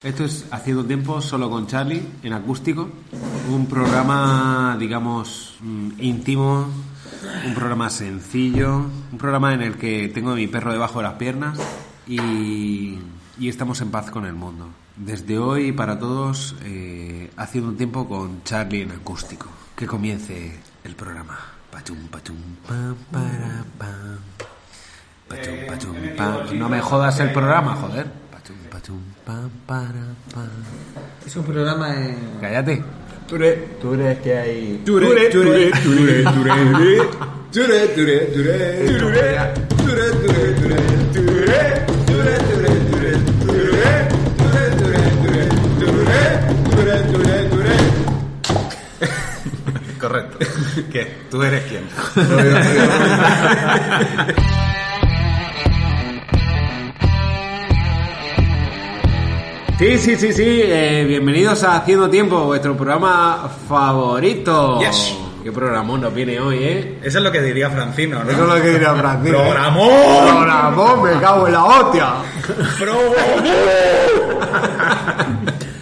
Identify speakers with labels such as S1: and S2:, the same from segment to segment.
S1: Esto es Haciendo Tiempo solo con Charlie, en acústico. Un programa, digamos, mm, íntimo, un programa sencillo, un programa en el que tengo a mi perro debajo de las piernas y, y estamos en paz con el mundo. Desde hoy para todos, eh, Haciendo Tiempo con Charlie en acústico. Que comience el programa. Pachum, pachum, pam, para, pam. Pachum, pachum, pam. No me jodas el programa, joder. Pachum, pachum, pam, para, pam.
S2: Es un programa en...
S1: Cállate.
S3: Ture,
S2: ¿Tú crees que hay...?
S3: ture, ture, ture, ture, ture, ture, ture,
S4: Correcto. ¿Qué? ¿Tú eres quién?
S1: Sí, sí, sí, sí. eh, bienvenidos a Haciendo Tiempo, vuestro programa favorito.
S4: Yes.
S1: ¿Qué programón nos viene hoy, eh?
S4: Eso es lo que diría Francino, ¿no?
S3: Eso es lo que dirá Francino.
S4: ¡Programón!
S3: ¡Programón! ¡Me cago en la hostia!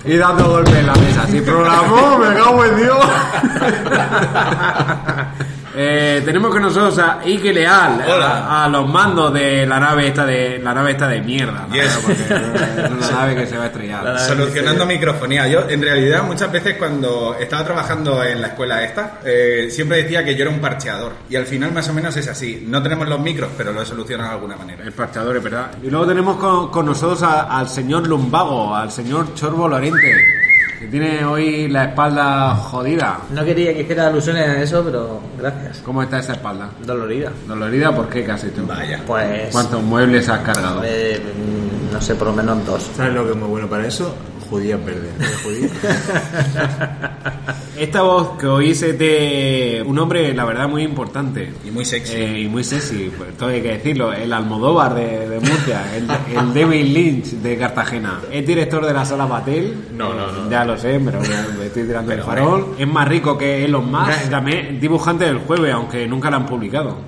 S3: Y dando golpes en la mesa. Si programó, me cago en Dios.
S1: Eh, tenemos con nosotros a Ike Leal,
S4: Hola.
S1: A, a los mandos de la nave esta de la nave esta de mierda. ¿no?
S4: Yes.
S1: Porque es una nave que se va a estrellar.
S4: Solucionando microfonía. Yo, en realidad, muchas veces cuando estaba trabajando en la escuela esta, eh, siempre decía que yo era un parcheador. Y al final, más o menos, es así. No tenemos los micros, pero lo he solucionado de alguna manera.
S1: El pactador, es verdad. Y luego tenemos con, con nosotros a- al señor Lumbago, al señor Chorbo Lorente, que tiene hoy la espalda jodida.
S2: No quería que hiciera alusiones a eso, pero gracias.
S1: ¿Cómo está esa espalda?
S2: Dolorida.
S1: Dolorida, ¿por qué casi tú?
S4: Vaya.
S2: Pues...
S1: ¿Cuántos muebles has cargado?
S2: eh, mm, no sé, por lo menos dos.
S3: ¿Sabes lo que es muy bueno para eso? Judías verdes. Judías.
S1: Esta voz que oís es de un hombre, la verdad, muy importante.
S4: Y muy sexy.
S1: Eh, y muy sexy, pues, todo hay que decirlo. El Almodóvar de, de Murcia, el, el David Lynch de Cartagena. Es director de la sala Patel.
S3: No, no, no.
S1: Ya lo sé, pero me me estoy tirando el farol. Es más rico que Elon Musk. También dibujante del jueves, aunque nunca lo han publicado.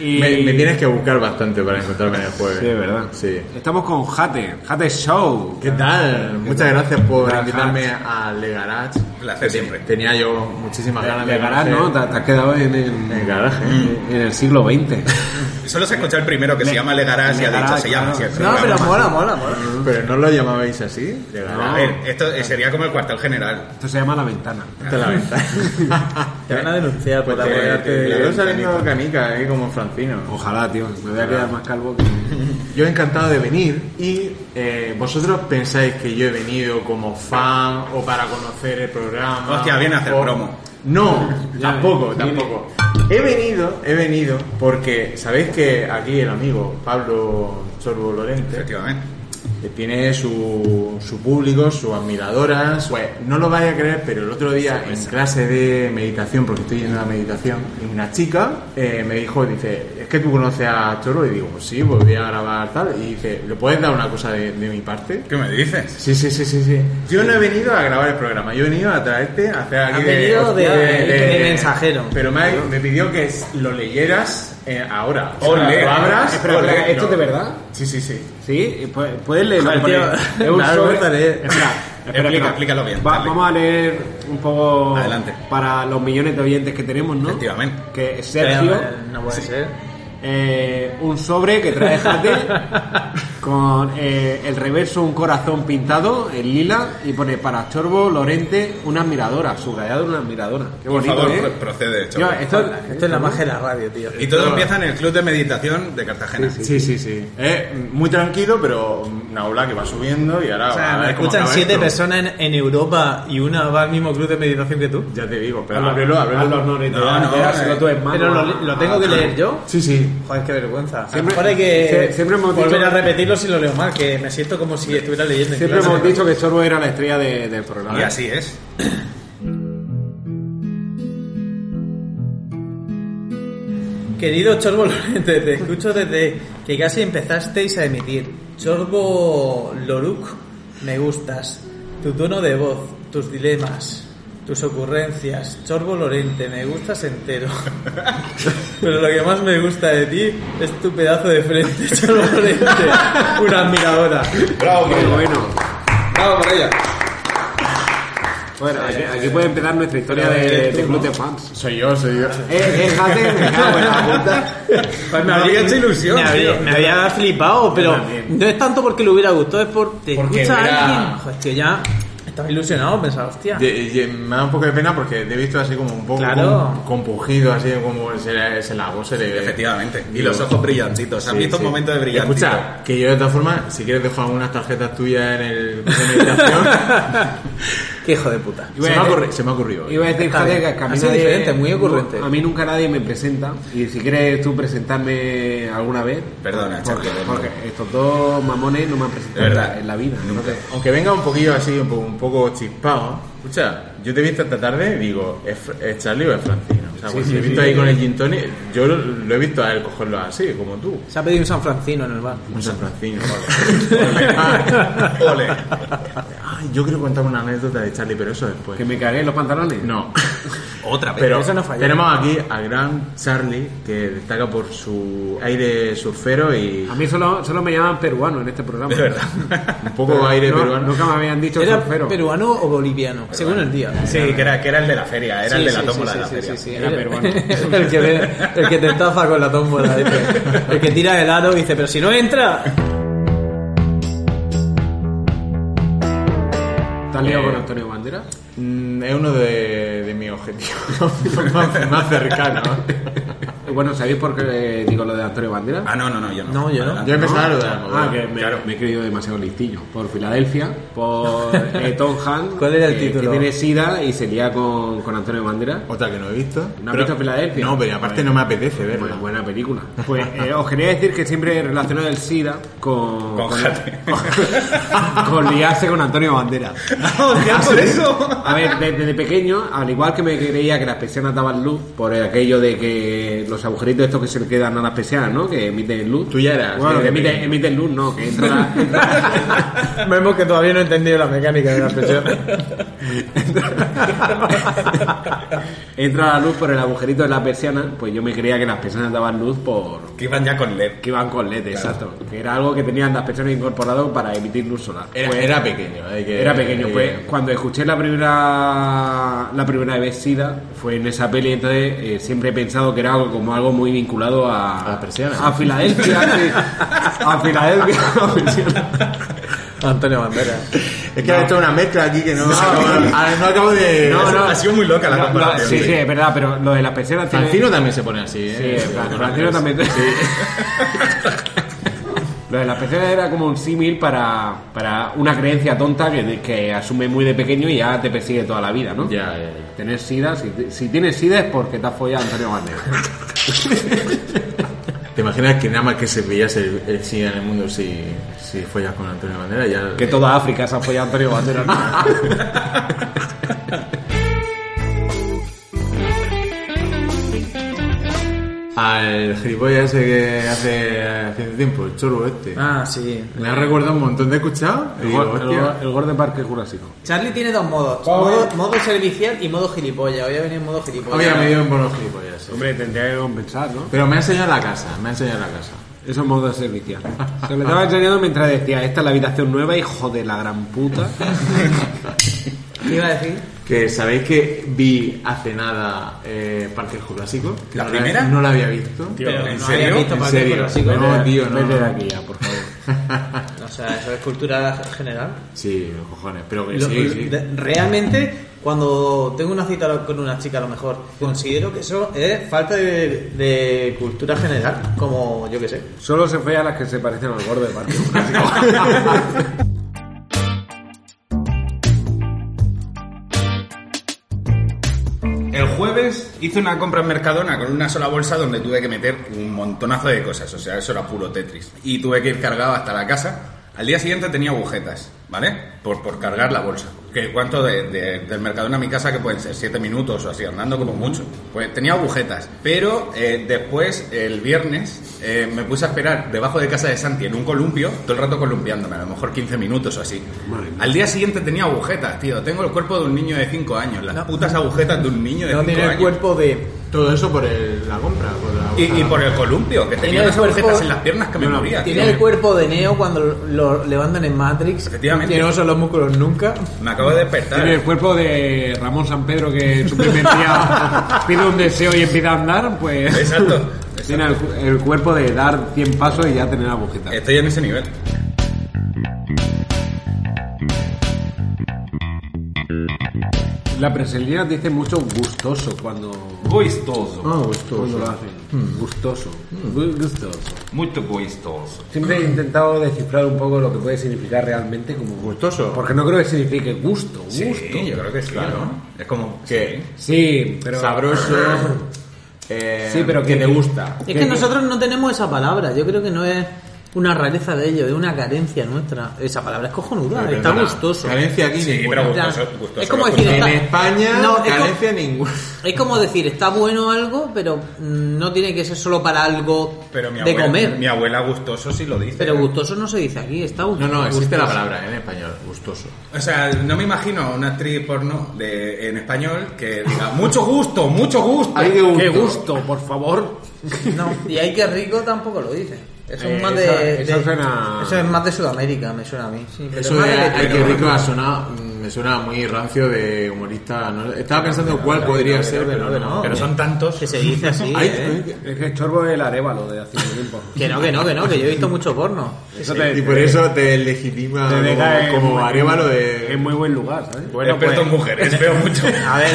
S1: Y-
S3: Me, me tienes que buscar bastante para encontrarme en el jueves.
S1: Sí, es verdad.
S3: Sí.
S1: Estamos con Jate, Jate Show.
S3: ¿Qué tal? Muchas gracias por
S1: Gracias.
S3: invitarme a Le Garage.
S4: Placer siempre.
S3: Tenía yo muchísimas ganas de
S1: Le garage, ¿no? Te,
S3: conocer-
S1: te has quedado en el,
S3: El garaje.
S1: en el siglo XX.
S4: Solo se escucha el primero que se llama Le Garage y ha dicho,
S1: Garage,
S4: se llama.
S1: claro.
S4: sí, el
S2: No, pero
S4: programa.
S2: mola, mola, mola.
S3: Pero no lo llamabais así, Le
S4: A
S3: Garage.
S4: ver, esto eh, sería como el cuartel general.
S1: Esto se llama La Ventana.
S3: Está la venta.
S2: Te van a denunciar por
S3: Pues te-
S2: la
S3: te-
S4: la
S3: te veo
S4: venta,
S3: saliendo canica, eh, como Francino.
S1: Ojalá, tío. Me voy a quedar más calvo que...
S3: Yo encantado de venir y eh, vosotros pensáis que yo he venido como fan o para conocer el programa.
S4: Hostia, viene a hacer
S3: o-
S4: promo.
S3: No,
S1: Ya,
S3: tampoco,
S1: viene.
S3: tampoco. He venido, he venido porque sabéis que aquí el amigo Pablo Sorbo Lorente
S4: Efectivamente.
S3: que tiene su, su público, sus admiradoras. Pues no lo vais a creer, pero el otro día en clase de meditación, porque estoy yendo a la meditación, una chica eh, me dijo, dice, es que tú conoces a Choro y digo, sí, pues voy a grabar tal. Y dice, ¿le puedes dar una cosa de, de mi parte?
S4: ¿Qué me dices?
S3: Sí, sí, sí, sí, sí. Yo no he venido a grabar el programa, yo he venido a traerte, a hacer aquí
S2: Has venido de- de mensajero.
S3: Pero me, ha- me pidió que s- lo leyeras eh, ahora.
S4: Ole.
S3: lo abras.
S4: Espera, espera,
S3: ole,
S1: ¿esto
S3: lo-
S1: de verdad?
S3: Sí, sí, sí.
S1: Sí, eh, pu- puedes leerlo.
S2: Joder,
S1: porque
S2: tío.
S1: es un
S2: Me da
S1: sobre-
S2: vergüenza leer.
S1: Espera, espera,
S4: Explica,
S1: espera.
S4: explícalo bien,
S1: Va-
S4: dale.
S1: vamos a leer un poco
S4: Adelante.
S1: para los millones de oyentes que tenemos, ¿no?
S4: Efectivamente.
S1: Que Sergio,
S2: No puede ser.
S1: eh, un sobre que trae Jate con eh, el reverso un corazón pintado en lila y pone para Chorbo Lorente una admiradora, subrayado una admiradora. Qué
S4: Por
S1: bonito,
S4: favor,
S1: ¿eh?
S4: pro- procede,
S1: Tío,
S4: chaval.
S1: esto,
S2: Esto es la magia de la radio, tío.
S4: Y todo empieza en el club de meditación de Cartagena.
S3: Sí, sí, sí. Eh, muy tranquilo, pero una ola que va subiendo y ahora.
S2: O sea,
S3: a
S2: me
S3: ver cómo
S2: escuchan
S3: acaba
S2: siete
S3: esto.
S2: personas en, en Europa y una va al mismo club de meditación que tú.
S3: Ya te digo, pero ábrelo, ábrelo.
S1: Hazlo honor y
S4: No, eh. no,
S1: dáselo tú en mano
S2: Pero lo,
S1: a-
S2: lo tengo que leer yo.
S3: Sí, sí,
S1: sí.
S2: Joder, qué vergüenza. A lo
S1: Siempre-
S2: mejor hay que
S1: sie- siempre hemos
S2: volver
S1: dicho-
S2: a repetirlo si lo leo mal, que me siento como si estuviera leyendo. en
S3: Siempre
S2: clase.
S3: hemos dicho que Sorbo era la estrella de- del programa.
S4: Y así es.
S2: Querido Chorbo Lorente, te escucho desde que casi empezasteis a emitir. Chorbo Loruk, me gustas. Tu tono de voz, tus dilemas, tus ocurrencias. Chorbo Lorente, me gustas entero. Pero lo que más me gusta de ti es tu pedazo de frente, Chorbo Lorente. Una admiradora.
S4: Bravo,
S3: Qué bueno.
S4: bravo por ella.
S1: Bueno, aquí, aquí puede empezar nuestra historia
S2: Pero
S1: de,
S2: eres
S1: de
S2: tú,
S1: club
S2: ¿no?
S1: de fans.
S3: Soy yo, soy yo.
S1: Eh, eh, Jate, me cago en la puta.
S2: Pues
S4: Me habría hecho ilusión,
S2: Me habría,
S4: tío.
S2: me habría flipado, pero
S1: también.
S2: no es tanto porque le hubiera gustado, es por te
S4: Porque
S2: escucha
S4: hubiera-
S2: alguien. Joder, es que ya estaba ilusionado, pensaba, hostia.
S3: Y- y- y me da un poco de pena porque te he visto así como un poco
S2: Claro.
S3: com- compugido, así como se le, se la voz se le...
S4: Efectivamente. Y
S3: Digo,
S4: los ojos brillantitos. ¿Has
S3: sí,
S4: visto
S3: sí.
S4: un momento de brillantito?
S3: Escucha, que yo de todas formas, si quieres dejo algunas tarjetas tuyas en el... en la habitación.
S2: Qué hijo de puta.
S3: se, me ha ocurri- se me ha ocurrido.
S1: Iba a decir,
S2: Está
S1: Jade,
S2: bien.
S1: que que a mí
S2: Ha sido
S1: nadie-
S2: diferente, muy ocurrente.
S1: A mí nunca nadie me presenta. Y si quieres tú presentarme alguna vez.
S4: Perdona,
S1: porque,
S4: Charlie,
S1: porque estos dos mamones no me han
S4: De
S1: presentado
S4: verdad.
S1: en la vida.
S4: Nunca.
S1: entonces-
S3: Aunque venga un poquillo así, un poco, un poco chispado. Escucha, yo te he visto esta tarde y digo, ¿es, Fr- es Charlie o es Francino? O sea, pues, si he visto ahí con el gin tonic, yo lo, lo he visto a él cogerlo así, como tú.
S2: Se ha pedido un San Francino en el bar.
S3: Un San Francino, vale. Ah,
S4: Ole.
S3: Ay, yo quiero contar una anécdota de Charlie, pero eso después.
S1: ¿Que me cagué en los pantalones?
S3: No.
S4: Otra vez.
S3: Pero
S2: eso no falla.
S3: tenemos aquí al gran Charlie, que destaca por su aire surfero y
S1: A mí solo, solo me llaman peruano en este programa.
S4: De verdad.
S3: un poco aire
S1: no,
S3: peruano.
S1: Nunca me habían dicho
S2: ¿Era
S1: surfero.
S2: peruano o boliviano? Según el día.
S4: Sí, que era, que era el de la feria, era el de la tómbola de la feria.
S1: Era peruano.
S2: el, que, ve- el que te estafa con la tómbola. dice. El que tira el aro y dice, pero si no entra.
S1: ¿Estás
S2: Eh,
S1: liado con Antonio Banderas?
S3: Mm, es uno de, de mis objetivos más, más cercanos.
S1: Eh, Bueno, ¿sabéis por qué digo lo de Antonio Banderas?
S4: Ah, no, no, no, yo no.
S2: No, yo no.
S3: Yo he empezado a lo de la
S1: Ah, que me,
S4: Claro.
S1: me he creído demasiado listillo. Por Filadelfia, por eh, Tom Hanks. eh,
S2: ¿Cuál era el
S1: que-
S2: título?
S1: Que tiene SIDA y se lía con, con Antonio Banderas.
S3: Otra que no he visto.
S1: ¿No has visto Filadelfia?
S3: No, pero aparte no me apetece verla.
S1: Bueno, buena película. Pues eh, os quería decir que siempre he relacionado el SIDA con.
S4: Con Jate.
S1: con liarse con Antonio Banderas.
S4: Hostia, por eso.
S1: A ver, de- desde pequeño, al igual que me creía que las persianas daban luz por aquello de que los agujeritos estos que se le quedan a las persianas, ¿no? Que emiten luz.
S3: Tú ya eras,
S1: Bueno,
S3: desde
S1: que emiten,
S3: pequeño.
S1: emiten luz, no, que entra la-
S2: Vemos que todavía no he entendido la mecánica de la expresión.
S1: entra la luz por el agujerito de la persiana, pues yo me creía que las persianas daban luz por
S4: Que iban ya con LED.
S1: que iban con LED, exacto, que era algo que tenían las personas incorporado para emitir luz solar.
S3: Era,
S1: Pues,
S3: era pequeño. hay que-
S4: Eh,
S1: era pequeño,
S3: hay
S1: pues
S3: que-
S1: cuando escuché la primera la primera vez SIDA fue en esa peli, entonces eh, siempre he pensado que era algo, como algo muy vinculado a
S3: A las persianas.
S1: a Filadelfia, sí. a Filadelfia. a persianas.
S2: Antonio Banderas.
S3: Es que ha hecho una mezcla aquí que no. No, no acabo de.
S4: No, no. Eh, Ha sido muy loca la
S1: No, no,
S4: comparación,
S1: sí,
S4: sí.
S1: sí, es verdad, pero lo de las persianas tiene-
S3: Francino también se pone así,
S1: Sí,
S3: ¿eh?
S1: en plan, Francino también. Lo de las persianas era como un símil para, para una creencia tonta que, que asume muy de pequeño y ya te persigue toda la vida, ¿no?
S3: Ya, ya, ya.
S1: Tener sida, si, si tienes sida es porque te has follado a Antonio Banderas.
S3: ¿Te imaginas que nada más que se pillase el, el sí en el mundo si, si follas con Antonio Bandera? Ya,
S1: Que toda África se ha follado a Antonio Banderas. ¿no?
S3: Al gilipollas ese que hace hace tiempo, el chorro este.
S2: Ah, sí.
S3: Me ha recordado un montón de escuchado. Y
S1: El,
S3: digo,
S1: gor- el,
S3: hostia.
S1: gor- el gordo parque jurásico.
S2: Charlie tiene dos modos. Modo, modo servicial y modo gilipollas. Hoy ha venido en modo gilipollas.
S3: Había medio un bono gilipollas. sí.
S1: Hombre, tendría que compensar, ¿no?
S3: Pero me ha enseñado la casa, me ha enseñado la casa.
S1: Eso es modo servicial. Se lo estaba enseñando mientras decía, esta es la habitación nueva, hijo de la gran puta.
S2: ¿Qué iba a decir?
S3: Que sabéis que vi hace nada eh, Parque Jurásico. Que
S4: ¿La
S3: no
S4: primera?
S3: no la había visto.
S4: Pero,
S2: no
S4: ¿en
S2: había
S4: serio?
S2: visto
S3: ¿En
S2: Parque
S3: serio?
S2: Jurásico.
S3: No, tío, no.
S1: Vete de aquí ya, por favor.
S2: O sea, eso es cultura general.
S3: Sí, los cojones. Pero que
S2: Lo-
S3: Pues sí, sí.
S2: de- Realmente, cuando tengo una cita con una chica, a lo mejor considero que eso es falta de, de cultura general, como yo que sé.
S1: Solo se fue a las que se parecen al gordo de parque. Jurásico.
S4: El jueves Hice una compra en Mercadona con una sola bolsa donde tuve que meter un montonazo de cosas, o sea, eso era puro Tetris. Y tuve que ir cargado hasta la casa. Al día siguiente tenía agujetas, ¿vale? Por, por cargar la bolsa. ¿Qué, ¿Cuánto de, de- del Mercadona a mi casa que pueden ser? ¿Siete minutos o así, andando como mucho? Pues tenía agujetas. Pero eh, después, el viernes, eh, me puse a esperar debajo de casa de Santi en un columpio, todo el rato columpiándome, a lo mejor 15 minutos o así.
S1: Madre mía.
S4: Al día siguiente tenía agujetas, tío. Tengo el cuerpo de un niño de 5 años. Las putas agujetas de un niño de 5
S2: No tiene
S4: años.
S2: el cuerpo de.
S3: Todo eso por el- la compra. Por la,
S4: Y, y por el columpio, que tenía
S2: el
S4: las agujetas
S2: cuerpo-
S4: en las piernas que me moría. tío.
S2: Tiene el cuerpo de Neo cuando lo levantan en Matrix.
S4: Efectivamente.
S2: Que no usa los músculos nunca.
S4: Me acabo de despertar.
S5: Tiene el cuerpo de Ramón San Pedro que su primer día pide un deseo y empieza a andar, pues.
S4: Exacto.
S1: Tiene el, cu- el cuerpo de dar 100 pasos y ya tener agujetas.
S4: Estoy en ese nivel.
S1: La preselina dice mucho gustoso cuando,
S3: Ah,
S6: Gostoso.
S1: cuando lo hacen.
S3: Mm.
S1: Gustoso. Gu- Gustoso.
S6: Muy gostoso.
S1: Siempre he intentado descifrar un poco lo que puede significar realmente como
S3: Gustoso.
S1: Porque no creo que signifique gusto.
S4: Sí,
S1: gusto.
S4: yo creo que sí, ¿no? Es como que
S1: Sí, pero.
S3: Sabroso. eh,
S1: Sí, pero
S3: que
S1: que-
S3: te gusta.
S2: Es que nosotros no tenemos esa palabra. Yo creo que no es una rareza de ello, es una carencia nuestra. Esa palabra es cojonuda,
S3: Pero
S2: está
S3: perdona,
S2: gustoso.
S3: Carencia aquí
S4: Sí,
S3: ninguna.
S4: pero
S2: En plan,
S4: Gustoso, gustoso,
S2: es como
S4: gustoso.
S2: decir,
S3: En
S2: está-
S3: España,
S2: no, es, como,
S3: carencia ninguna.
S2: es como decir, está bueno algo, pero mm, no tiene que ser solo para algo
S4: pero mi
S2: de
S4: abuela,
S2: comer.
S4: mi abuela gustoso sí lo dice.
S2: Pero gustoso no se dice aquí, está
S3: No, no, existe
S2: gustoso.
S3: la palabra en español, gustoso.
S4: o sea, no me imagino a una actriz porno de, en español que diga mucho gusto, mucho gusto.
S1: Ay, qué gusto.
S5: ¡Qué gusto, por favor!
S2: No, y hay que rico tampoco lo dice. Eso es
S1: Eh,
S2: más de,
S1: esa-
S2: de-
S1: esa suena-
S2: eso es más de Sudamérica, me suena a mí. Sí, pero
S3: Eso
S2: más
S3: de
S2: de-
S3: ay,
S2: pero-
S3: qué rico ha sonado, mm, me suena muy rancio de humorista. ¿no? Estaba pensando cuál podría ser, pero no.
S4: Pero son tantos.
S2: que se dice así.
S3: Ay,
S2: ¿eh?
S3: ay,
S1: Es que chorbo el arevalo de hace tiempo.
S2: Que no, que no, que no, que yo he visto mucho porno.
S1: Eso te,
S3: Y por eso te legitima
S1: te deja en-
S3: como, como arévalo de.
S1: en muy buen lugar, ¿sabes?
S4: Experto en mujeres, veo mucho.
S2: A ver,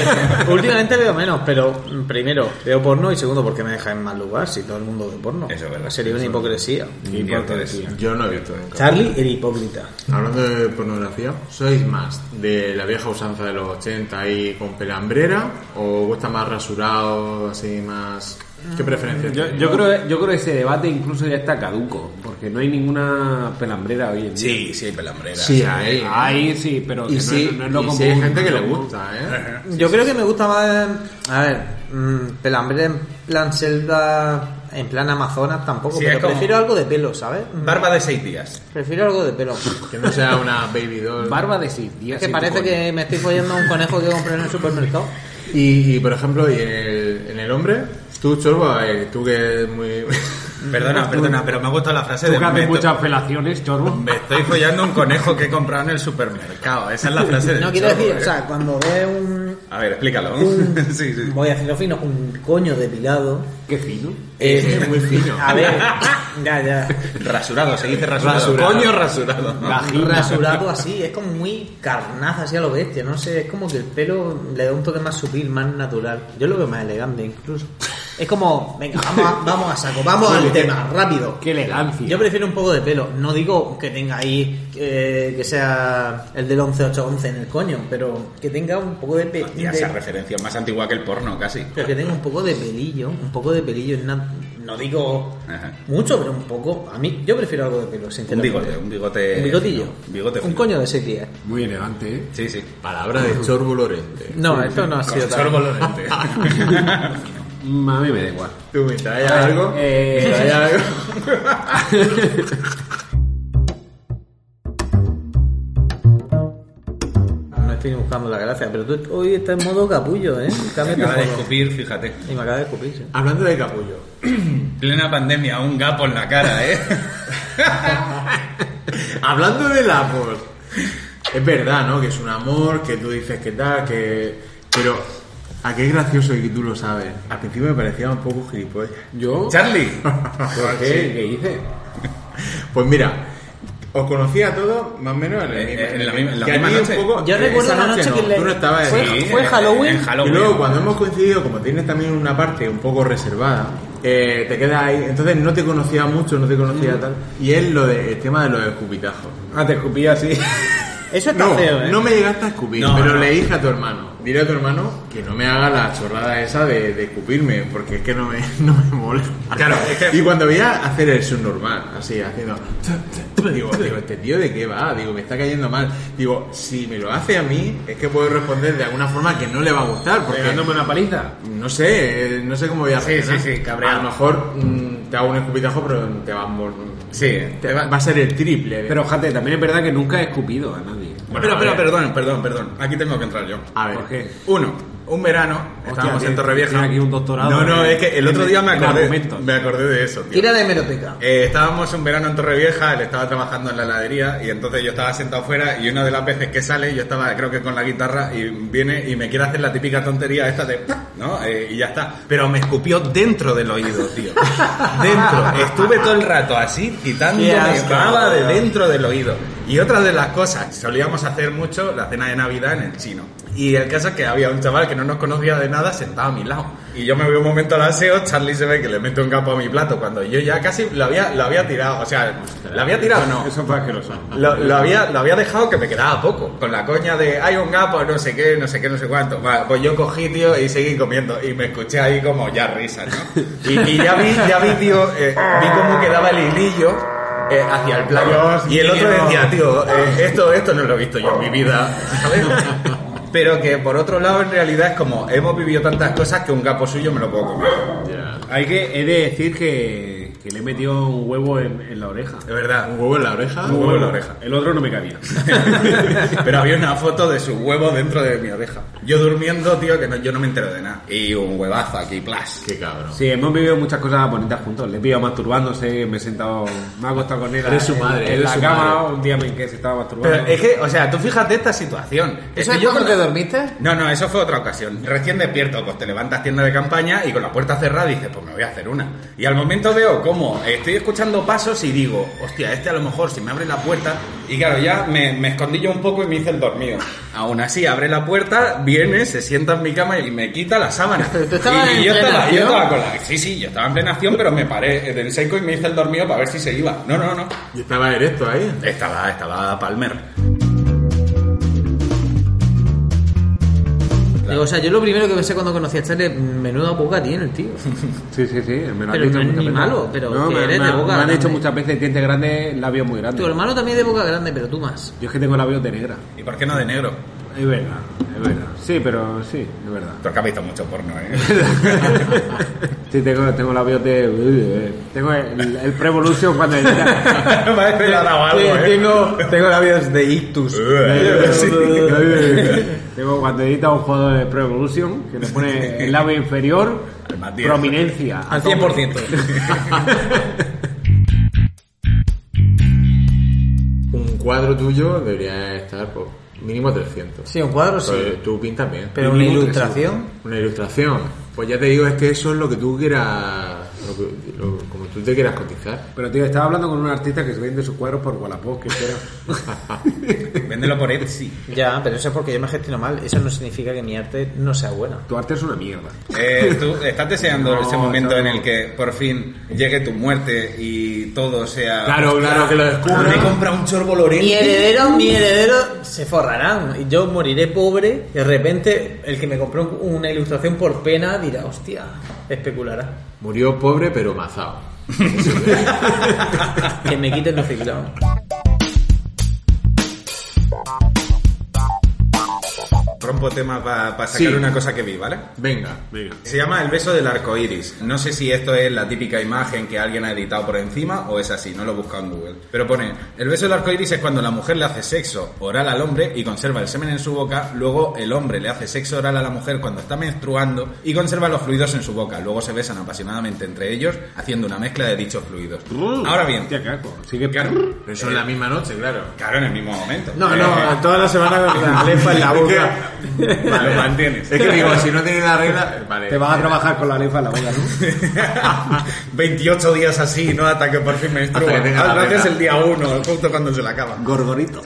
S2: últimamente veo menos, pero mm, primero veo porno y segundo porque me deja en mal lugar si todo el mundo ve porno.
S4: Eso es verdad.
S2: Sería una hipocresía.
S4: Y entonces,
S3: Yo no he visto nunca.
S2: Charlie, el hipócrita.
S3: Hablando de pornografía, ¿sois más de la vieja usanza de los 80 y con pelambrera? ¿O gusta más rasurado, así más.? ¿Qué preferencia
S1: Mm, Yo, yo creo, yo creo que ese debate incluso ya está caduco, porque no hay ninguna pelambrera hoy en día.
S4: sí, sí, pelambrera.
S3: Sí, hay. ¿eh?
S1: Ahí sí, pero que
S3: Y
S1: no,
S3: sí,
S1: es, no es lo
S3: y
S1: común.
S3: sí hay gente que le
S1: No, no.
S3: gusta, ¿eh?
S2: Yo creo que me gusta más. A ver, mm, pelambre en plan selva, en plan Amazonas tampoco,
S4: Sí, es
S2: pero
S4: como-
S2: prefiero algo de pelo, ¿sabes? Mm,
S4: Barba de seis días.
S2: Prefiero algo de pelo.
S3: Que no sea una baby doll.
S1: Barba de seis días.
S2: Es que
S1: sí,
S2: parece
S1: coño.
S2: que me estoy follando a un conejo que compré en el supermercado.
S3: Y, y, por ejemplo, y en el, en el hombre, tú, Chorbo, eh, tú que es muy.
S4: Perdona, perdona, pero me ha gustado la frase
S5: Tú
S4: de
S5: que haces
S4: me,
S5: muchas felaciones, chorbo.
S4: me estoy follando un conejo que he comprado en el supermercado. Esa es la frase de
S2: No quiero decir, o sea, cuando ve un.
S4: A ver, explícalo. sí, sí.
S2: Voy a decirlo fino, un coño depilado. eh,
S1: Qué fino.
S3: es muy fino.
S2: A ver, ya, ya.
S4: Rasurado, se dice rasurado.
S3: Rasurado.
S4: Coño rasurado.
S2: Rasurado así, es como muy carnaza, así a lo bestia, no sé, es como que el pelo le da un toque más sutil, más natural. Yo lo veo más elegante incluso. Es como, venga, vamos a, vamos a saco, vamos al tema, rápido.
S1: Qué elegancia.
S2: Yo prefiero un poco de pelo, no digo que tenga ahí eh, que sea el del 11811 en el coño, pero que tenga un poco de pelo.
S4: Hostia, esa referencia es más antigua que el porno, casi.
S2: Pero que tenga un poco de pelillo, un poco de pelillo. en na- No digo
S4: Ajá.
S2: mucho, pero un poco. A mí, yo prefiero algo de pelo,
S4: Un
S2: sinceramente.
S4: bigote, un bigote.
S2: Un bigotillo.
S4: Un bigote
S2: Un
S4: fino.
S2: coño de seis días.
S1: Muy elegante, ¿eh?
S4: Sí, sí.
S3: Palabra de Chorbo Lorente.
S2: No, esto no ha sido tan...
S4: Sorbo lorente.
S1: Mm, A mí me da igual.
S3: ¿Tú me traes algo?
S1: Eh,
S3: ¿Me traes algo?
S2: No estoy buscando la gracia, pero tú hoy estás en modo capullo, ¿eh? Cambia tu
S4: Acaba de
S2: modo.
S4: escupir, fíjate.
S2: Y me acaba de escupir, sí.
S3: Hablando de capullo.
S4: Plena pandemia, un gapo en la cara, ¿eh?
S3: Hablando del amor. Es verdad, ¿no? Que es un amor, que tú dices que tal, que. Pero. ¿A qué gracioso y que tú lo sabes? Al principio me parecía un poco gilipollas.
S1: yo.
S4: Charlie.
S1: ¿Por qué? ¿Qué hice?
S3: Pues mira, os conocía a todos más o menos en, el
S4: Eh,
S3: mismo-
S4: eh, en la misma- en la
S3: que a
S4: misma
S3: ti un
S4: noche.
S3: poco-
S2: Yo
S3: eh,
S2: recuerdo
S3: esa
S2: la noche
S3: no,
S2: que le-
S3: tú no estabas
S2: fue-
S3: ahí.
S2: fue
S4: en- En
S2: Halloween.
S3: Y
S4: Halloween.
S3: luego cuando hemos coincidido, como tienes también una parte un poco reservada, eh, te quedas ahí. Entonces no te conocía mucho, no te
S4: Mm.
S3: conocía tal. Y es lo de, el tema de los escupitajos.
S1: Ah, te escupí así.
S2: Eso está
S3: No,
S2: feo, ¿eh?
S3: no me llegaste a escupir,
S4: No,
S3: pero
S4: no.
S3: le dije a tu hermano. dile a tu hermano que no me haga la chorrada esa de, de escupirme, porque es que no me, no me mola.
S4: Claro, es que-
S3: Y cuando veía hacer el subnormal, así, haciendo... Digo, digo, ¿este tío de qué va? Digo, me está cayendo mal. Digo, si me lo hace a mí, es que puedo responder de alguna forma que no le va a gustar, porque...
S4: Pegándome una paliza.
S3: No sé, eh, no sé cómo voy a
S4: Sí,
S3: reaccionar.
S4: sí, sí, cabreado.
S3: A lo mejor mm, te hago un escupitajo, pero te va a... mol-
S4: Sí,
S3: te va, va a ser el triple. de-
S1: Pero fíjate, también es verdad que nunca he escupido a nadie.
S4: Bueno, pero, pero, perdón, perdón, perdón. Aquí tengo que entrar yo.
S3: A ver.
S1: ¿Por qué?
S4: Uno, un verano, estábamos
S1: tiene-
S4: en Torrevieja.
S1: tiene aquí un doctorado
S4: No, no,
S1: en-
S4: es que el
S1: en-
S4: otro día me
S1: en
S4: acordé,
S1: argumentos.
S4: me acordé de eso, tío.
S2: Tira de hemeroteca.
S4: Eh, estábamos un verano en Torrevieja, él estaba trabajando en la heladería y entonces yo estaba sentado fuera y una de las veces que sale, yo estaba creo que con la guitarra y viene y me quiere hacer la típica tontería esta de ¡pah! ¿no? Eh, y ya está. Pero me escupió dentro del oído, tío. dentro. Estuve todo el rato así, quitándome
S3: Qué asco,
S4: baba de
S3: tío.
S4: dentro del oído. Y otra de las cosas, solíamos hacer mucho la cena de Navidad en el chino. Y el caso es que había un chaval que no nos conocía de nada sentado a mi lado. Y yo me veo un momento al aseo, Charlie se ve que le mete un capo a mi plato cuando yo ya casi lo había, lo había tirado. O sea, ¿lo había tirado o no?
S1: Eso fue asqueroso.
S4: Lo, lo había, lo había dejado que me quedaba poco. Con la coña de hay un gapo, no sé qué, no sé qué, no sé cuánto. Va, pues yo cogí, tío, y seguí comiendo. Y me escuché ahí como ya risas, ¿no? Y, y ya vi, ya vi, tío, eh, vi cómo quedaba el hilillo eh, hacia el plato.
S3: Dios
S4: y el otro
S3: mío.
S4: decía, tío, eh, esto, esto no lo he visto yo en mi vida, ¿sabes? Pero que por otro lado, en realidad es como hemos vivido tantas cosas que un gapo suyo me lo puedo comer.
S1: Hay que, he de decir que, que le he metido un huevo en, en la oreja.
S4: De verdad.
S3: ¿Un huevo en la oreja?
S4: Un huevo en la oreja.
S1: El otro no me cabía.
S4: Pero había una foto de su huevo dentro de mi oreja. Yo durmiendo, tío, que no- yo no me entero de nada. Y un huevazo aquí, plas.
S3: Qué cabrón.
S1: Sí, hemos vivido muchas cosas bonitas juntos. Le he pillado masturbándose, me he sentado, me he acostado con él.
S3: Eres su
S1: en-
S3: madre,
S1: En,
S3: eres
S1: la
S3: su
S1: cama, un día en que se estaba masturbando.
S4: Pero es que, o sea, tú fíjate esta situación.
S2: ¿Eso
S4: Estoy
S2: es
S4: yo
S2: cuando
S4: con
S2: te
S4: la-
S2: dormiste?
S4: No, no, eso fue otra ocasión. Recién despierto, pues te levantas tienda de campaña y con la puerta cerrada dices, pues me voy a hacer una. Y al momento veo cómo estoy escuchando pasos y digo, hostia, este a lo mejor si me abre la puerta. Y claro, ya me, me escondí yo un poco y me hice el dormido. Aún así, abre la puerta, viene, se sienta en mi cama y me quita la sábana.
S2: Pero tú estabas
S4: y, y
S2: en
S4: yo,
S2: plena
S4: estaba, yo
S2: acción.
S4: estaba con la- Sí, sí, yo estaba en plena acción, pero me paré del seco y me hice el dormido para ver si se iba. No, no, no.
S3: Y estaba erecto ahí.
S4: Estaba, estaba Palmer.
S2: Digo, o sea, yo lo primero que pensé cuando conocí a Charlie, menuda boca tiene el tío.
S1: Sí, sí, sí. Me lo han
S2: Pero
S1: dicho
S2: no
S1: muchas
S2: es ni
S1: veces.
S2: malo, pero que
S1: me,
S2: eres
S1: me
S2: de
S1: han-
S2: boca
S1: me han
S2: grande.
S1: hecho muchas veces dientes grandes, labios muy grandes.
S2: Tu hermano también es de boca grande, pero tú más.
S1: Yo es que tengo labios de negra.
S4: ¿Y por qué no de negro?
S1: Es verdad, es verdad. Sí, pero sí, es verdad.
S4: Porque has visto mucho porno, ¿eh?
S1: Sí, tengo, tengo labios de... eh, Tengo el, el Prevolution cuando...
S4: Parece que le ha dado algo, ¿eh?
S3: tengo, tengo labios de ictus.
S1: Tengo cuando edita un juego de Pro Evolution que le pone el labio inferior
S4: Al más diez.
S1: prominencia.
S2: Al 100%.
S3: Un cuadro tuyo debería estar por mínimo 300.
S2: Sí, un cuadro sí.
S3: Pues tú pintas bien.
S2: Pero una ilustración.
S3: Una ilustración. Pues ya te digo, es que eso es lo que tú quieras. lo que- lo- como tú te quieras cotizar.
S1: Pero tío, estaba hablando con un artista que se vende sus cuadros por Wallapop, que era...
S4: Véndelo por Etsy.
S2: Ya, pero eso es porque yo me gestiono mal. Eso no significa que mi arte no sea buena.
S1: tu arte es una mierda.
S4: Eh, ¿Tú estás deseando
S1: No,
S4: ese momento
S1: no.
S4: en el que por fin llegue tu muerte y todo sea...
S3: Claro, claro, que lo descubra.
S4: Me compra un chorbo lorel.
S2: Mi heredero, mi heredero se forrarán. Y yo moriré pobre. Y de repente, el que me compró una ilustración por pena dirá, hostia, especulará.
S3: Murió pobre pero mazao.
S2: Que me quiten los ciclones.
S4: Trompo tema para
S3: Sí.
S4: sacar una cosa que vi, ¿vale?
S3: Venga.
S4: Se llama El beso del arco iris. No sé si esto es la típica imagen que alguien ha editado por encima o es así, no lo he buscado en Google. Pero pone: El beso del arco iris es cuando la mujer le hace sexo oral al hombre y conserva el semen en su boca. Luego el hombre le hace sexo oral a la mujer cuando está menstruando y conserva los fluidos en su boca. Luego se besan apasionadamente entre ellos haciendo una mezcla de dichos fluidos.
S3: Uh,
S4: Ahora bien,
S1: Hostia, caco. Sigue
S4: claro,
S3: Pero eso en la misma noche, claro.
S4: claro, en el mismo momento.
S3: No,
S4: Eh,
S3: no, toda la semana con la lefa en la boca.
S4: Vale, mantienes.
S3: Es que digo, si no tienes la regla, vale.
S1: Te vas a trabajar con la lefa en la boca, ¿no?
S4: 28 días así, ¿no? Hasta que por fin me
S3: Hasta que tenga la
S4: Tal vez es
S3: pena.
S4: el día 1, justo cuando se la acaba.
S1: Gorgorito.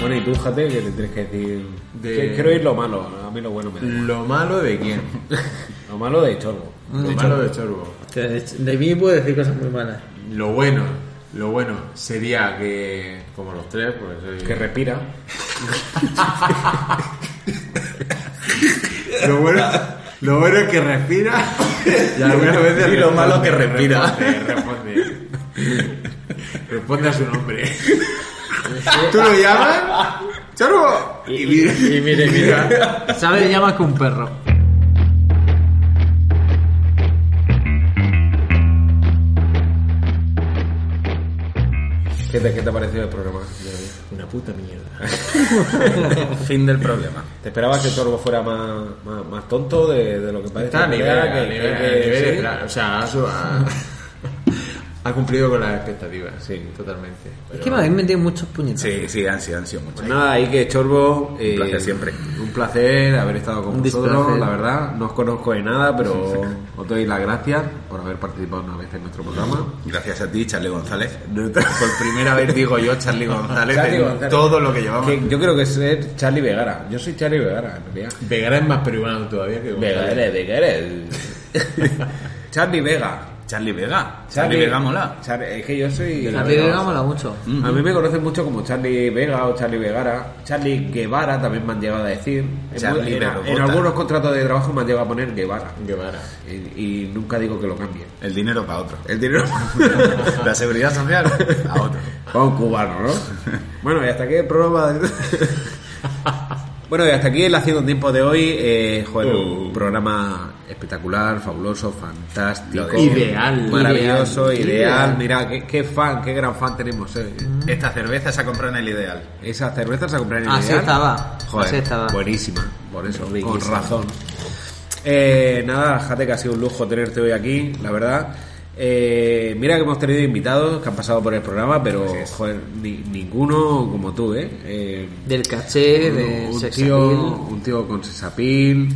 S1: Bueno, y tú, Jate, que te tienes que decir...
S3: De-
S1: Que Quiero ir lo malo, a mí lo bueno me da.
S3: Lo malo de quién?
S1: Lo malo de Chorbo.
S3: Lo malo de Chorbo.
S2: De mí puedo decir cosas muy malas.
S3: Lo bueno. Lo bueno sería que, como los tres, pues... soy-
S5: Que respira.
S3: Lo bueno, lo bueno es que respira y algunas veces.
S4: Y lo
S3: responde,
S4: malo que respira.
S3: Responde, Eh, responde. Responde a su nombre. Tú lo llamas, Chorbo. Y mira.
S2: Y mire, mira.
S7: Sabe ya más que un perro.
S4: ¿Qué te, qué te ha parecido el programa?
S3: Una puta mierda.
S4: fin del problema.
S1: ¿Te esperabas que Torbo fuera más, más, más tonto de, de lo que parece?
S3: Está a nivel,
S1: Era
S3: a
S1: que-
S3: nivel,
S1: que-
S3: a nivel
S1: sí.
S3: esperado. O sea, ha, su- ha- ha cumplido con las expectativas. Sí, totalmente.
S7: Es que me habéis metido muchos puñetazos.
S4: Sí, sí, han sido, han sido muchos.
S3: Pues nada, ahí que Chorbo. eh,
S4: Un placer siempre.
S3: Un placer haber estado con
S7: Un
S3: vosotros,
S7: displacer.
S3: la verdad. No os conozco de nada, pero os doy las gracias por haber participado una vez en nuestro programa.
S4: Gracias a ti, Charlie González.
S3: Por primera vez digo yo Charlie González
S1: Charlie
S3: en
S1: González.
S3: todo lo que llevamos.
S1: Que yo creo que es Charlie Vegara. Yo soy Charlie Vegara, en realidad.
S3: Vegara es más peruano todavía que González.
S4: Charlie Vega. Charlie Vega. Charlie Vega mola.
S1: Char- es que yo soy.
S7: La primera mola mucho.
S1: A mí me conocen mucho como Charlie Vega o Charlie Vegara. Charlie Guevara también me han llegado a decir. En-
S4: Charlie
S1: en,
S4: Berrogota.
S1: en algunos contratos de trabajo me han llegado a poner Guevara.
S3: Guevara.
S1: Y, y nunca digo que lo cambie.
S4: El dinero para otro. El dinero La seguridad social a otro.
S1: Para un cubano, ¿no? bueno, y hasta aquí el programa. de- bueno, y hasta aquí el Haciendo Tiempo de hoy. Eh, joder, un
S4: Uh.
S1: programa espectacular, fabuloso, fantástico.
S3: Ideal.
S1: Maravilloso, ideal.
S7: Ideal.
S1: Mira, qué, qué fan, qué gran fan tenemos. Eh.
S4: Esta cerveza se ha comprado en el ideal.
S1: Esas cervezas se compran en el
S7: Así
S1: Ideal.
S7: estaba.
S1: Joder,
S7: Así estaba.
S1: buenísima. Por eso, con razón. Eh, nada, Jate, que ha sido un lujo tenerte hoy aquí, la verdad. Eh, mira que hemos tenido invitados que han pasado por el programa, pero joder, ni- ninguno como tú, ¿eh? Eh,
S7: Del caché, de
S1: un,
S7: Eh, sex
S1: tío,
S7: appeal.
S1: un tío con sexapil,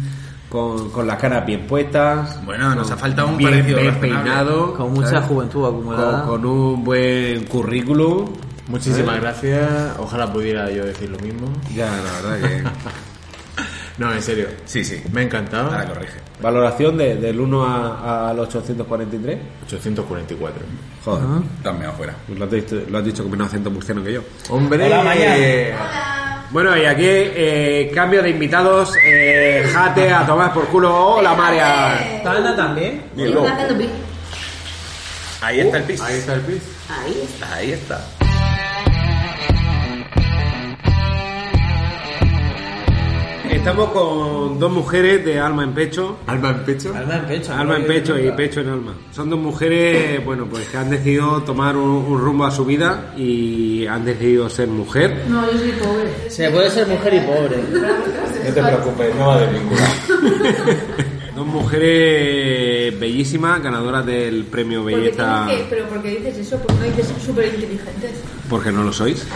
S1: con, con las caras bien puestas.
S4: Bueno, nos
S1: con-
S4: ha faltado un
S1: bien,
S4: parecido
S1: bien
S4: razonable.
S1: peinado.
S7: Con mucha
S1: ¿sabes?
S7: juventud acumulada.
S1: Con, con un buen currículum.
S3: Muchísimas gracias. Ojalá pudiera yo decir lo mismo.
S1: Ya, la verdad que...
S3: No, en serio.
S4: Sí, sí.
S3: Me ha encantado.
S4: Ahora corrige.
S1: Valoración de- del 1 a- al 843.
S3: 844.
S1: Joder,
S4: También afuera.
S1: Pues lo, has dicho, lo has dicho con menos acento murciano que yo.
S3: Hombre.
S2: Hola, Maya.
S1: Bueno, y aquí eh, cambio de invitados. eh, jate a tomar por culo. Hola, María.
S2: ¿Tana también?
S8: Sí, está haciendo pis.
S4: Ahí está el piso.
S3: Ahí está el pis.
S8: Ahí está.
S4: Ahí está.
S1: Estamos con dos mujeres de alma en pecho.
S3: Alma en pecho.
S2: Alma en pecho.
S1: Alma en pecho y pecho en alma. Son dos mujeres, bueno, pues que han decidido tomar un, un rumbo a su vida y han decidido ser mujer.
S8: No, yo soy pobre.
S2: Se puede ser mujer y pobre.
S3: No te preocupes, no va a desvincular.
S1: Dos mujeres bellísimas, ganadoras del premio
S8: Porque
S1: Belleza.
S8: tienes que, pero porque dices eso, porque no dices súper inteligentes.
S1: Porque no lo sois.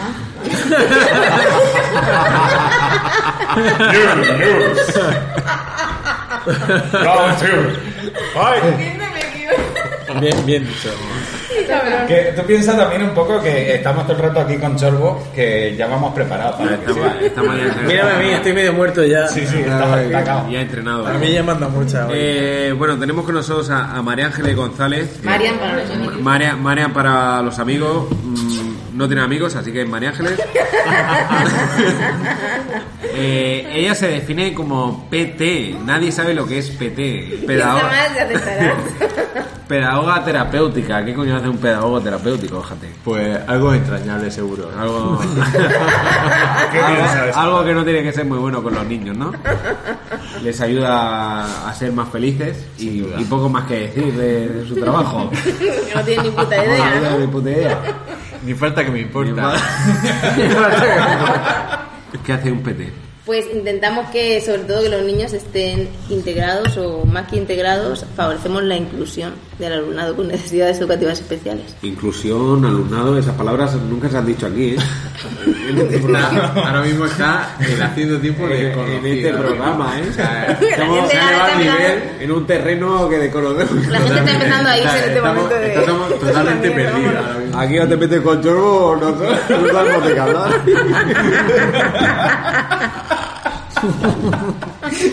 S8: Entiéndeme que
S2: Bien, bien dicho.
S8: Cabrón.
S4: Que tú piensas también un poco que estamos todo el rato aquí con Chorbo, que ya vamos preparados para que
S1: Estamos,
S4: sí.
S1: estamos ya entrenados.
S2: Mírame a mí, estoy medio muerto ya.
S4: Sí, sí, está atacado.
S1: Ya entrenado.
S2: A mí ya manda mucha. hoy.
S1: Eh, bueno, tenemos con nosotros a, a María Ángeles González.
S8: Marian para los amigos.
S1: María, María para los amigos. mm, no tiene amigos, así que María Ángeles. Eh, ella se define como PT. Nadie sabe lo que es PT.
S8: Piensa
S1: Pedagoga,
S8: más, ya te estarás.
S1: pedagoga terapéutica. ¿Qué coño hace un pedagogo terapéutico? Jate.
S3: Pues algo entrañable, seguro.
S1: Algo,
S4: Ah,
S1: algo, algo que no tiene que ser muy bueno con los niños, ¿no? Les ayuda a ser más felices y, y poco más que decir de, de su trabajo.
S8: Que no tiene ni puta
S1: Ni
S8: idea,
S1: idea,
S8: ¿no?
S1: ni puta idea.
S3: Ni falta que me importa.
S1: ¿Qué hace un PT?
S8: Pues intentamos que, sobre todo, que los niños estén integrados o más que integrados, favorecemos la inclusión del alumnado con necesidades educativas especiales.
S1: Inclusión, alumnado, esas palabras nunca se han dicho aquí, ¿eh? En este programa.
S3: Está- ahora mismo está el
S1: eh,
S3: haciendo tiempo de
S1: En- en este programa, ¿eh?
S3: O sea,
S1: Estamos
S8: gente
S1: se
S8: ya
S1: ha elevado el
S8: está
S1: nivel
S8: empezando-
S1: en un terreno que desconocemos.
S8: La gente está empezando a irse en este
S3: estamos-
S8: momento de...
S3: estamos
S8: Esto es una
S3: totalmente
S8: mierda,
S3: perdidos
S8: vámonos.
S3: ahora mismo.
S1: Aquí o te metes con chorbo o no, no sabemos de qué hablar.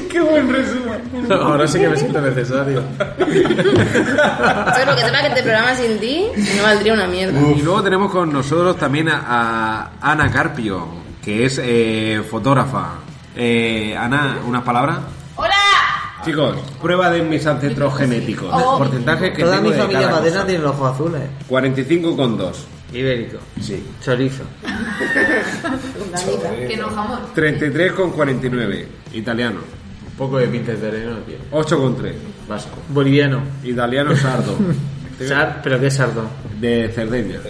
S4: ¡Qué buen resumen!
S3: Ahora sí que me siento necesario.
S8: Yo creo que sepa que este programa sin ti no valdría una mierda.
S1: Y luego tenemos con nosotros también a, a Ana Carpio, que es eh, fotógrafa. Eh, Ana, unas palabras.
S8: ¡Hola!
S1: Chicos, prueba de mis ancestros genéticos.
S8: Oh.
S1: Porcentaje que
S7: Toda
S1: tengo
S7: mi
S1: de
S7: familia
S1: cada
S7: paterna
S1: cosa.
S7: tiene los ojos azules.
S1: 45,2.
S7: Ibérico.
S1: Sí.
S7: Chorizo.
S9: Que no jamón.
S1: 33,49. Italiano.
S3: Un poco de pintes de arena, tío.
S1: 8,3.
S3: Vasco.
S7: Boliviano.
S1: Italiano sardo.
S7: Sar- pero qué sardo.
S1: De Cerdeña.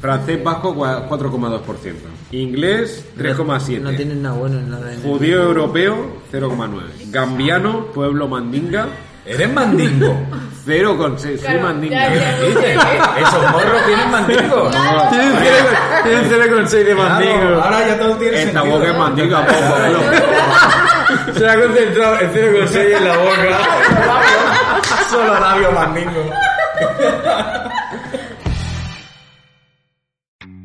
S1: Francés vasco, cua- 4,2%. Inglés, 3,7%.
S7: No tienen nada bueno en nada. en-
S1: Judío europeo, 0,9. Gambiano, pueblo mandinga,
S4: ¡Eres mandingo!
S1: 0,6. Soy
S9: Claro,
S1: mandinga.
S9: ya, ya, ya.
S4: Dice, ¿eh? Esos morros tienen mandingo.
S3: Tienen 0,6 de mandingo.
S4: Ahora ya todo tiene
S1: Esta
S4: sentido.
S1: boca es mandinga, po, po, po.
S3: Se ha concentrado el 0,6 en la boca.
S4: Solo labio mandingo.